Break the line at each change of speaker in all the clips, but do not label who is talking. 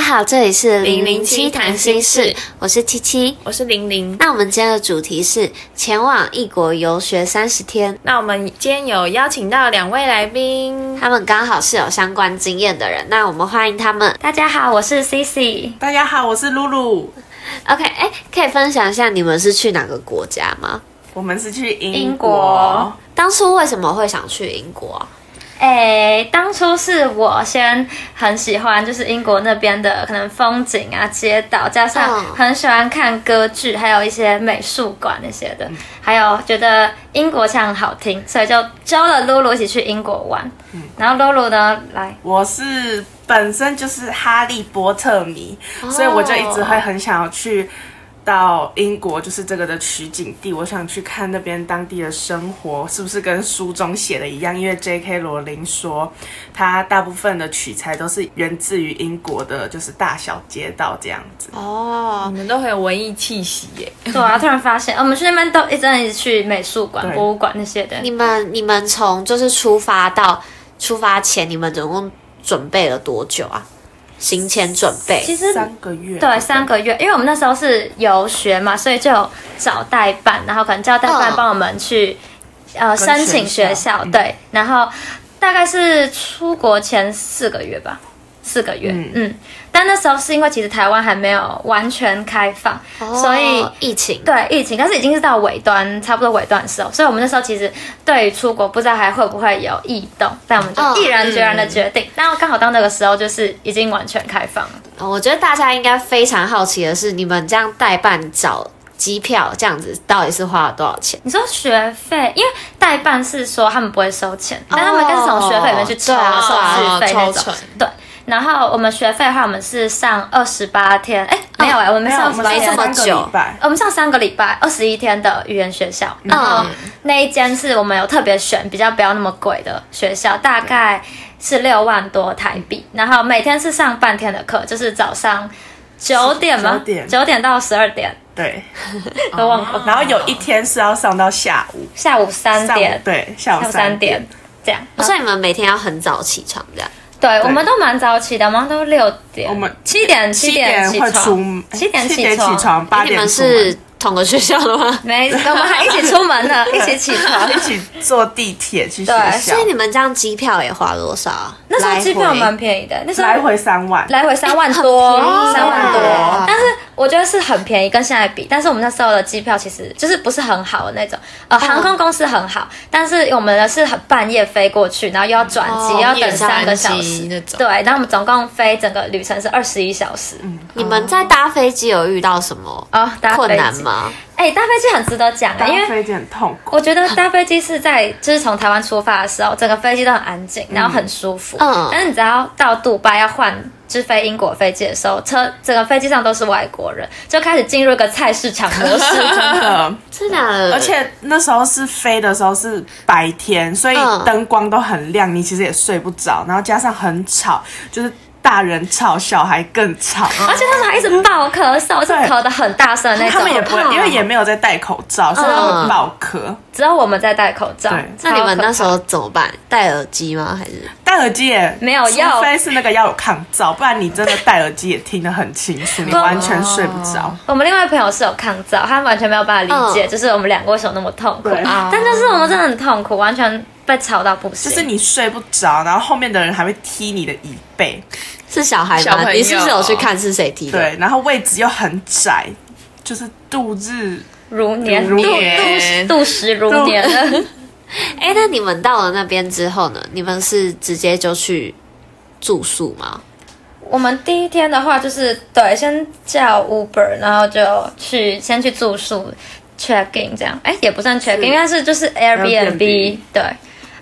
好，这里是
007谈心事，
我是七七。
我是玲玲。
那我们今天的主题是前往异国游学三十天，
那我们今天有邀请到两位来宾，
他们刚好是有相关经验的人，那我们欢迎他们。大家好，我是 CC。
大家好，我是露露，
OK，哎、可以分享一下你们是去哪个国家吗？
我们是去英国。
英国
当初为什么会想去英国啊？
诶、当初是我先很喜欢，就是英国那边的可能风景啊、街道，加上
嗯
很喜欢看歌剧，还有一些美术馆那些的，还有觉得英国腔很好听，所以就揪了露露一起去英国玩。然后露露呢，来，
我是本身就是哈利波特迷，
哦
所以我就一直会很想要去到英国，就是这个的取景地，我想去看那边当地的生活是不是跟书中写的一样，因为 J.K. 罗琳说她大部分的取材都是源自于英国的，就是大小街道这样子。
哦
我，们都很有文艺气息耶。
对啊，突然发现、哦我们去那边都一直一直去美术馆、
对
博物馆那些的。
你们你们从就是出发到出发前，你们总共准备了多久啊？行前准备
其实
三个月，
对，三个月，因为我们那时候是游学嘛，所以就有找代办，然后可能叫代办
嗯
帮我们去、呃
跟
申请
学
学
校
校，
嗯
对，然后大概是出国前四个月吧。四个月，
嗯
嗯但那时候是因为其实台湾还没有完全开放，所以
哦疫情
对疫情，但是已经是到尾端，差不多尾端的时候，所以我们那时候其实对于出国不知道还会不会有异动，但我们
嗯
就毅然决然的决定。那、刚好到那个时候，就是已经完全开放了。
哦我觉得大家应该非常好奇的是，你们这样代办找机票这样子，到底是花了多少钱？
你说学费，因为代办是说他们不会收钱，
哦
但他们应该是从学费里面去抽
对啊
手续费那
抽成
种。对，然后我们学费的话，我们是上二十八天，哎，没有哎，我们
哦没有，
上
我
二十
们
八
这么。
是三个
天
久
礼拜。
我们上三个礼拜，二十一天的语言学校，
嗯
然后那一间是我们有特别选比较不要那么贵的学校，大概是六万多台币，
嗯
然后每天是上半天的课，就是早上九点吗
九？点哦
九点到十二点，
对，
都忘了，
然后有一天是要上到下午，
下午三
上午
点，
对，下午
下午
三点
三点。这样。
哦
所以你们每天要很早起床这样。
对，我们都蛮早起的，我们都六点，
我们
七点七点起
会出
床，，七
点
点
起
起床，
床，八
你
点
们
出门
是同个学校的吗？
没，我们还一起出门 呢，一起起床。
一起坐地铁去学
对
校
所以，你们这样机票也花多少啊？
那时
来
候
回
机票蛮便宜的，那时候
来回三万，
来回三万多
很便宜，
三万
耶
多。但是我觉得是很便宜，跟现在比。但是我们那时候的机票其实就是不是很好的那种，呃，航空公司很好，但是我们的是很半夜飞过去，然后又要转机，
哦
又要等三个小
夜班机
时
那种
对，然后我们总共飞整个旅程是二十一小时。
你们在搭飞机有遇到什么
哦，搭
困
飞
难
机？
吗？
哎、搭飞机很值得讲、
搭
欸，因为
飞机很痛苦。
我觉得搭飞机是在就是从台湾出发的时候，整个飞机都很安静，然后很舒服。
嗯
但是你只要到杜拜要换就是飞英国飞机的时候，车整个飞机上都是外国人，就开始进入一个菜市场模 式。
呃，
真的，
而且那时候是飞的时候是白天，所以
嗯
灯光都很亮，你其实也睡不着，然后加上很吵，就是大人吵，小孩更吵。
而且他们还一直爆咳嗽，是咳得很大声的那
他们也
种，
不会，因为也没有在戴口罩，所以他
嗯
们爆咳。
只有我们在戴口罩
对。
那
超
你们
可
那时候怎么办？戴耳机吗？还是
戴耳机也
没有
除
要
非是那个要有抗噪，不然你真的戴耳机也听得很清楚，你完全睡不着。
我们另外一个朋友是有抗噪，他完全没有办法理解，
嗯
就是我们两个为什么那么痛苦
对。
但就是我们真的很痛苦，完全被吵到不行。
就是你睡不着，然后后面的人还会踢你的椅背，
是小孩
小朋
吗？
友
你是不是有去看是谁踢的？
对，然后位置又很窄，就是度日
如年
如
度
年
度度时如年了。
哎、那你们到了那边之后呢？你们是直接就去住宿吗？
我们第一天的话，就是对，先叫 Uber，然后就去先去住宿 check in 这样，哎，也不算 check in，应该是就是 Airbnb,
Airbnb
对。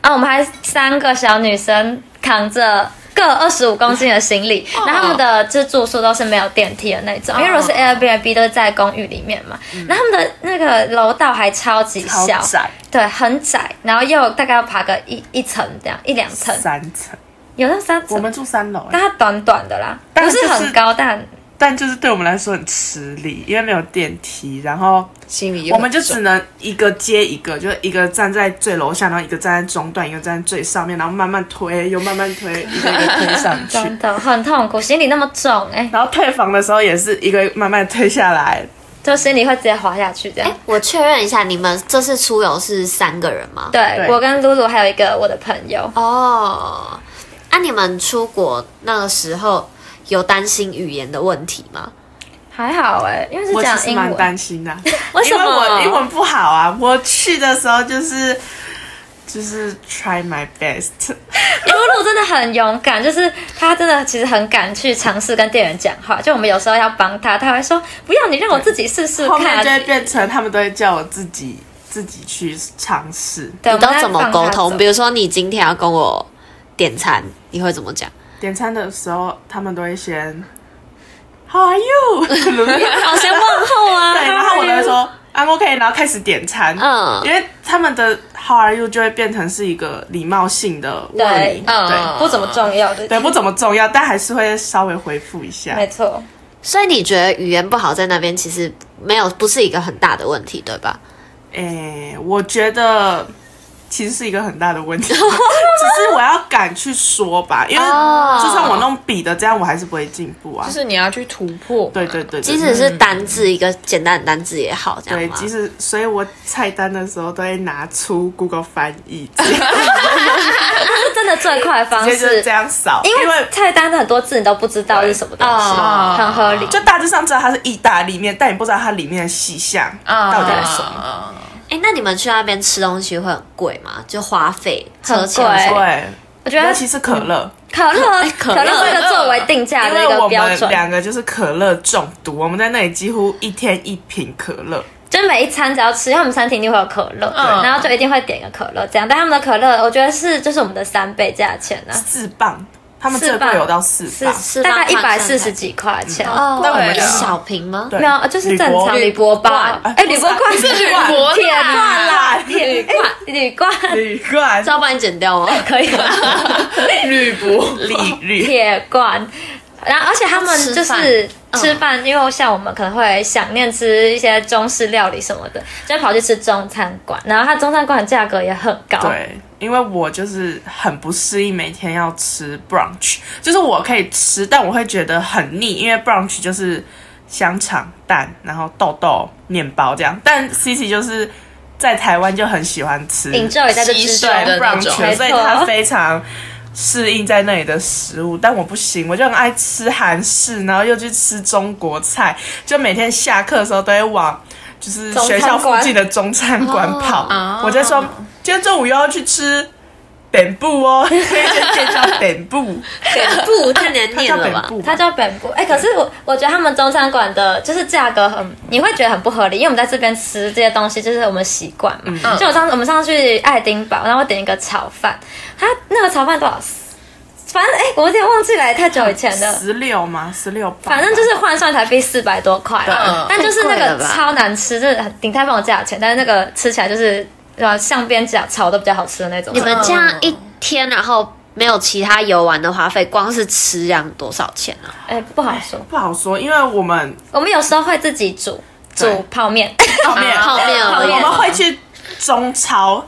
啊，我们还三个小女生扛着各二十五公斤的行李，
哦
然后他们的就是住宿都是没有电梯的那种，因为如果是 Airbnb 都是在公寓里面嘛，然后他们的那个楼道还超级
嗯超
小，
窄，
对，很窄，然后又大概要爬个一一层这样，一两层，
三层，
有那三层
我。们住三楼、
但它短短的啦，
但
不
是就是
是很高，但
但就是对我们来说很吃力，因为没有电梯，然后
心里
我们就只能一个接一个，就是一个站在最楼下，然后一个站在中段，一个站在最上面，然后慢慢推，又慢慢推，一个一个推上去。
真的很痛苦，行李那么重，哎、
然后退房的时候也是一个慢慢推下来，
就行李会直接滑下去这
哎
样。
哎我确认一下，你们这次出游是三个人吗？
对
对
我跟露露还有一个我的朋友，
哦，啊，你们出国那个时候有担心语言的问题吗？
还好哎、因为是
我其
讲
实
英
蛮
文，
担心的，
为什
因为我
么
英文不好啊。我去的时候就是就是 try my best，
露露真的很勇敢，就是她真的其实很敢去尝试跟店员讲话。就我们有时候要帮她，她会说不要，你让我自己试试
后面就会
看。
变成他们都会叫我自己自己去尝试。
对，
你
我
都
们在
怎么
放她
沟通？
走
比如说你今天要跟我点餐，你会怎么讲？
点餐的时候，他们都会先 How are you？对，
哦，先问候 啊。
然后我都会说 I'm OK，然后开始点餐。
嗯
因为他们的 How are you 就会变成是一个礼貌性的问
对
你，
嗯
对
不怎么重要的，
对，不怎么重要，但还是会稍微回复一下。
没错。
所以你觉得语言不好在那边其实没有不是一个很大的问题，对吧？
诶、我觉得其实是一个很大的问题，只是我要敢去说吧，因为
哦
就算我弄笔的这样，我还是不会进步啊
就。是你要去突破。
对对对对，
即使是单字一个简单的单字也好，这样
对，
吗？
即使所以，我菜单的时候都会拿出 Google 翻译，
这真的最快的方
直接就是
式
这，样扫，因
因为
为
菜单的很多字你都不知道是什么东西，
哦
很合理。
就大致上知道它是意大利面，但你不知道它里面的细项
啊，
到底是什么。
哎、那你们去那边吃东西会很贵吗？就花费
很
车钱
贵
什么
对，
我觉得
尤其是可乐，
可乐
哎，可
可
乐
乐这个作为定价
因
的一
为
个
我
标
们
准，
两个就是可乐中毒，我们在那里几乎一天一瓶可乐。
就是每一餐只要吃，因为我们餐厅一定会有可乐，
嗯
然后就一定会点个可乐这样。但他们的可乐，我觉得是就是我们的三倍价钱啊，
四磅，他们这
四
个
磅
有到四磅，
四磅
大概一
换
百
算
四
台
十
币
几块钱。
哦，
但我们
一
两个
小瓶吗？
对
没有，哦就是正常
铝
铝箔包，
罐
哎，铝箔罐
不是
是
铝箔
铁
罐
罐啦，
铝
铁罐，铝罐
铝罐
是要帮你剪掉 吗？
可以吗？
绿不？
利率，
铁罐。然后，而且他们
吃
就
饭
是
嗯
吃饭，因为像我们可能会想念吃一些中式料理什么的，就会跑去吃中餐馆。然后，它中餐馆的价格也很高，
对。因为我就是很不适应每天要吃 brunch，就是我可以吃，但我会觉得很腻，因为 brunch 就是香肠、蛋，然后豆豆、面包这样。但 Cici 就是在台湾就很喜欢吃
enjoy 在这之
吸
中
收。的那种
brunch，
没错
所以她非常适应在那里的食物。但我不行，我就很爱吃韩式，然后又去吃中国菜，就每天下课的时候都会往就是
中餐
学校附近的中餐馆跑。
哦
我就说今天中午又要去吃。本部哦，那间店叫 本部，
不，太难
它
念
叫
了
本
吧？
部吧，
它叫本部，哎、可是我我觉得他们中餐馆的就是价格很，你会觉得很不合理，因为我们在这边吃这些东西就是我们习惯嘛。就我上次我们上次去爱丁堡，然后我点一个炒饭，它那个炒饭多少？反正哎、我有点忘记了，太久以前的。
十六吗？十六，
反正就是换算台币四百多块
对，
但就是那
太贵了
个
吧
超难吃，就是很鼎泰丰的价钱，但是那个吃起来就是呃像边角炒的比较好吃的那种。
你们这样一天，然后没有其他游玩的花费，光是吃这样多少钱啊？
哎、不好说，
不好说，因为我们
我们有时候会自己煮
对
煮泡面，
泡面
啊泡面而
我
已
们会去中超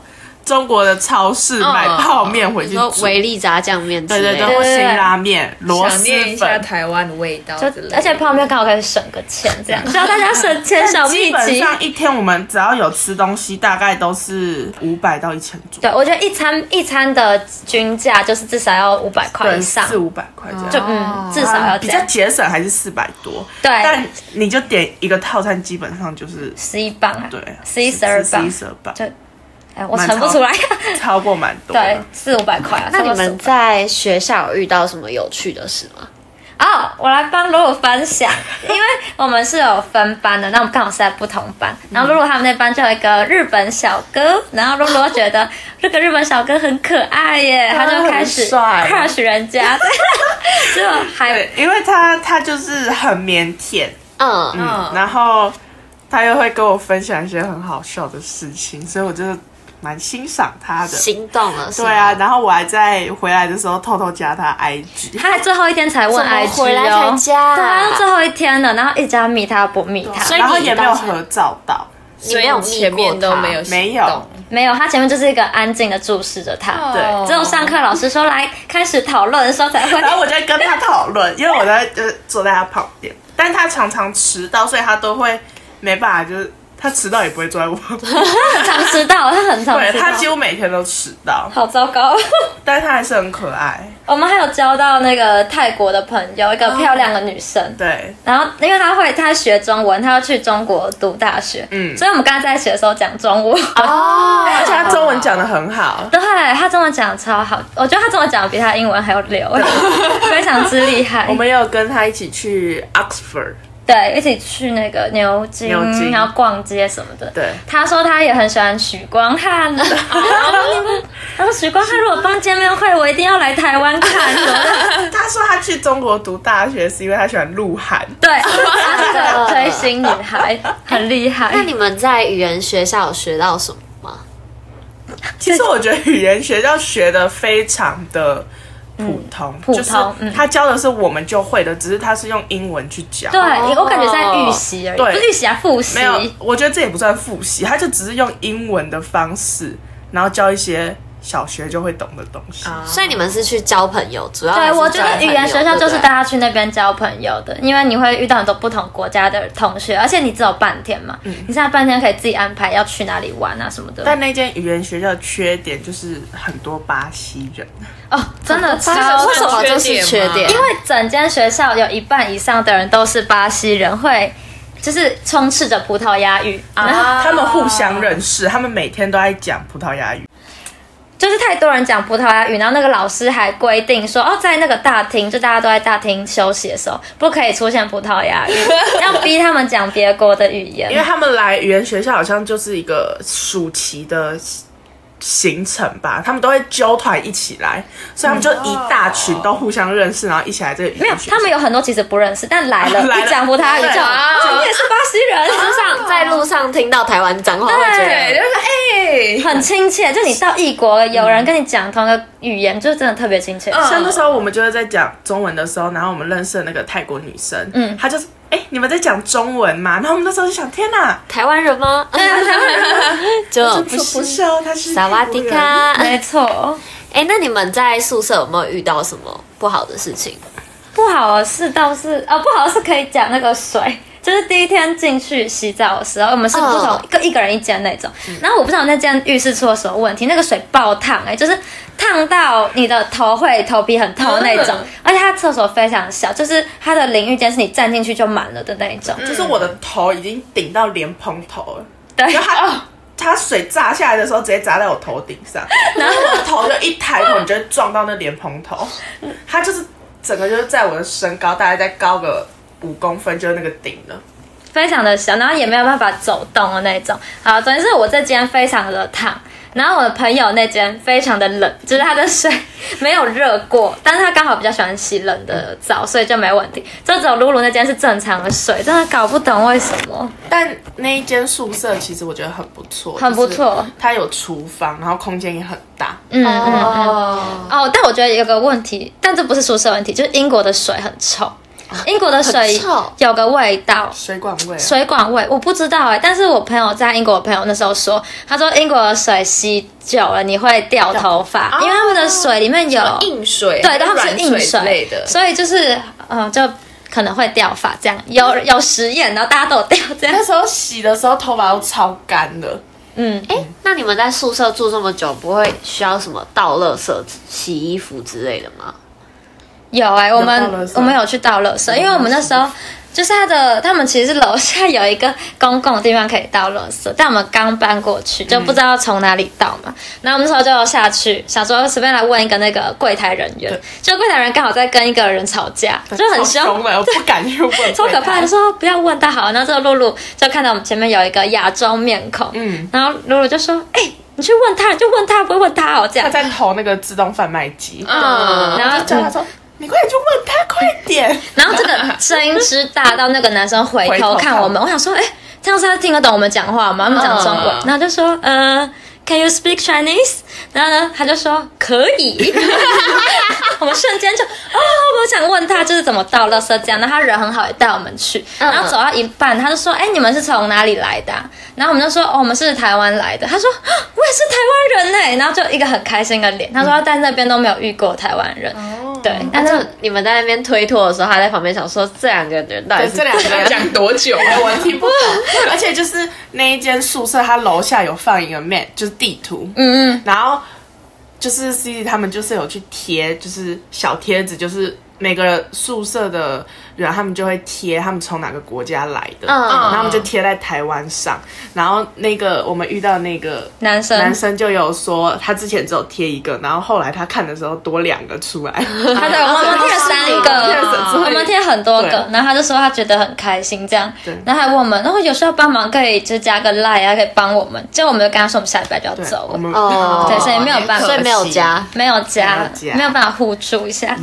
中国的超市买
嗯
泡面回去
你说
煮，
维力炸酱面之
对对
类的，
对，
对
或
对
辛
对
拉面、螺
想念一
蛳
下
粉。
台湾的味道
就
之类的，
而且泡面刚好可以省个钱，这样，希望大家省钱小
基
秘
本
籍。
上一天我们只要有吃东西，大概都是五百到一千左右，
对，我觉得一餐一餐的均价就是至少要五百块以
对，
上，
四五百块这
就
样。
嗯，至少要
哦比
这
较
样，
节省还是四百多，
对
但你就点一个套餐，基本上就是
十一磅啊，
对
十一十二
十
磅
一，十二磅，
就哎，我
蛮
乘不
超
出来，
超过蛮多
对
的。，
四五百块啊。
那你
差不多
们在学校有遇到什么有趣的事吗？
哦，我来帮露露分享，因为我们是有分班的，那我们刚好是在不同班。然后露露他们那班就有一个日本小哥，然后露露就觉得这个日本小哥很可 爱耶，他就开始
很帅
crush 人家，就还
对，因为他他就是很腼腆，
嗯，
嗯
然后他又会跟我分享一些很好笑的事情，所以我就蛮欣赏他的。
心动了，是
对
吗
啊，，然后我还在回来的时候偷偷加他 IG，
他还最后一天才问
怎么
IG
回来才
哦，
加
对啊，最后一天了，然后一直要密他不密他，
所以
然后
你
也没有
当时
合照到，
你没有
所以前
密过
面都
他
没有行
没有
动
没有，他前面就是一个安静的注视着他，
对
哦
只有上课老师说来开始讨论的时候才会。
然后我就会跟他讨论，因为我在就是坐在他旁边，但他常常迟到，所以他都会没办法，就是他迟到也不会坐在我旁 边，
很常迟到，他很常
对
迟
他几
到，
乎每天都迟 到，
好糟糕。
但是他还是很可爱，
我们还有交到那个泰国的朋友，一
哦
个漂亮的女生。
对，
然后，因为她会，她学中文，她要去中国读大学，
嗯
所以我们刚才在一起的时候讲 中文，
哦，
而且他中文讲的很好，
对，她中文讲得超好，我觉得她中文讲得比她英文还要 溜，非常之厉害。
我们也有跟他一起去 Oxford，
对一起去那个牛津，
牛津
然后逛街什么的。
对
她说她也很喜欢许 光汉，然后许光汉如果办见面会，我一定要来台湾看什么 的。
他说他去中国读大学是因为他喜欢鹿晗，
对，她是个追星女孩，很厉害。
那你们在语言学校有学到什么吗？
其实我觉得语言学校学的非常的普通，
普通
就是
嗯
他教的是我们就会的，只是他是用英文去教。
对、
哦
我感觉在预习而已，
对
不是预习啊，复习
没。有，我觉得这也不算复习，他就只是用英文的方式，然后教一些小学就会懂的东西。
啊
所以你们是去交朋友，主要还
对，
啊是
我觉
交
得
朋
语
友
言学校就是
对不
大
对
家去那边交朋友的，因为你会遇到很多不同国家的同学，而且你只有半天嘛，
嗯
你现在半天可以自己安排要去哪里玩啊什么的。
但那间语言学校缺点就是很多巴西人，
哦，真的超
这
为
个
什么这是缺
缺
点？
点
因为整间学校有一半以上的人都是巴西人，会就是充斥着葡萄牙语，
啊
然后
他们互相认识，他们每天都在讲葡萄牙语。
就是太多人讲葡萄牙语，然后那个老师还规定说，哦，在那个大厅，就大家都在大厅休息的时候，不可以出现葡萄牙语，要逼他们讲别国的语言
因。 为他们来语言学校好像就是一个暑期的行程吧，他们都会揪团一起来，所以他们就一大群都互相认识，然后一起来这个语
没有
言，学校。
他们有很多其实不认识，但来了，
来了
一讲葡萄牙语就，
对
啊
哦，你也是巴西人，
路上在路上听到台湾脏话，会觉
对，
得
就是哎、
很亲切。就你到异国，有人跟你讲同一个语言，就真的特别亲切。
像那时候我们就是在讲中文的时候，然后我们认识的那个泰国女生，嗯，她就是哎、诶你们在讲中文嘛？然后我们那时候就想，天哪，
台湾人吗？ 就
不是不是哦，她是
萨瓦迪卡。
没错，
哎，那你们在宿舍有没有遇到什么不好的事情？
不好的是倒是哦，不好的是可以讲那个水，就是第一天进去洗澡的时候，我们是不同
嗯
各一个人一间那种。然后我不知道那间浴室出了什么问题，那个水爆烫哎、就是烫到你的头会头皮很痛那种。而且它厕所非常小，就是它的淋浴间是你站进去就满了的那一种。
就是我的头已经顶到莲蓬头了，
对
然后 她她水炸下来的时候，直接砸在我头顶上，然后我的头就一抬头，你就会撞到那莲蓬头。它就是整个就是在我的身高，大概再高个五公分，就是那个顶了。
非常的小，然后也没有办法走动的那种。好，总之是我这间非常的烫，然后我的朋友那间非常的冷，就是它的水没有热过，但是他刚好比较喜欢洗冷的澡，所以就没问题。就只有露露那间是正常的水，真的搞不懂为什么。
但那一间宿舍其实我觉得很不错，
很不错，
它有厨房，然后空间也很大。
嗯嗯嗯。
哦，
哦，但我觉得有个问题，但这不是宿舍问题，就是英国的水很臭，英国的
很
水
臭
有个味道，
水管味、啊，
水管味，我不知道哎、但是我朋友在英国的朋友那时候说，他说英国的水洗久了你会掉头发，因为他们的水里面有
哦硬水，
对，但他们是
软
硬
水类 的，
所以就是嗯、呃就可能会掉发这样，有有实验，然后大家都有掉这样
那，时候洗的时候头发都超干的，
嗯，哎、
那你们在宿舍住这么久，不会需要什么倒垃圾、洗衣服之类的吗？
有哎、我
有倒垃
们
圾
我们有去倒垃圾，因为我们那时候。
嗯
就是他的，他们其实是楼下有一个公共的地方可以倒垃圾，但我们刚搬过去就
嗯
不知道从哪里倒嘛。然后我们那时候就下去，想说随便来问一个那个柜台人员
对，
就柜台人刚好在跟一个人吵架，就很
超
凶，
的，我不敢去问，
超可怕的，就说不要问他好了。然后这个露露就看到我们前面有一个亚洲面孔，
嗯
然后露露就说：“哎、你去问他，你就问他，不会问他哦。”这
他
样，
在投那个自动贩卖机，
嗯，
然后
叫他说。你快点去问他，快点！
然后这个声音之大到那个男生回
回头
头
看
看我们，我想说，哎、这样是他听得懂我们讲话吗？他们讲中文，
嗯
然后就说，嗯、 Can you speak Chinese？然后呢，他就说可以。我们瞬间就哦，我想问他就是怎么到垃圾这样，那他人很好，也带我们去。
嗯
然后走到一半，他就说：“哎、你们是从哪里来的啊、然后我们就说：“哦，我们是台湾来的。”他说啊：“我也是台湾人呢。”然后就一个很开心的脸，他说他在那边都没有遇过台湾人。对，
那
但
就是你们在那边推脱的时候，他在旁边想说这两个人到底
对，
是
这两个人
讲多久？
我听不懂。而且就是那一间宿舍，它楼下有放一个 map，就是地图，
嗯嗯，
然后就是 C C 他们就是有去贴，就是小贴纸，就是每个宿舍的人他们就会贴他们从哪个国家来的，
嗯
然后他们就贴在台湾上。然后那个我们遇到那个
男生，
男生就有说，他之前只有贴一个，然后后来他看的时候多两个出来，
他对我们贴了三
哦
个，我们贴很多个
对，
然后他就说他觉得很开心这样
对，
然后还问我们，然后有需要帮忙可以就加个 line 啊，可以帮我们。结果我们就跟他说我们下礼拜就要
对，
走
我
了，
们
哦，
对所以没有办法
所以没有加。
没有加
没有，加
没有办法互助一下。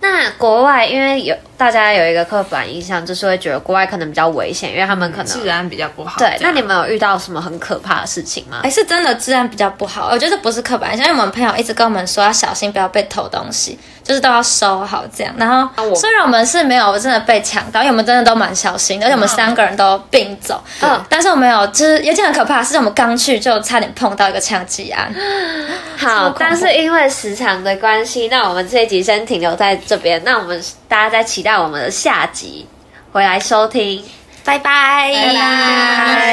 那国外，因为有大家有一个刻板印象，就是会觉得国外可能比较危险，因为他们可能、
嗯
治安比较不好。
对。
这
那
样
你们有遇到什么很可怕的事情吗？
哎，是真的治安比较不好，我觉得不是刻板印象，因为我们朋友一直跟我们说要小心不要被偷东西，就是都要收好这样。然
啊
后虽然我们是没有真的被抢到，因为我们真的都蛮小心的，而且我们三个人都并走，
嗯，
但是我们有就是有一件很可怕的事，是我们刚去就差点碰到一个枪击案。
好
恐，怖
但是因为时长的关系，那我们这一集先停留在这边。那我们大家再期待我们的下集回来收听，
拜拜，
拜拜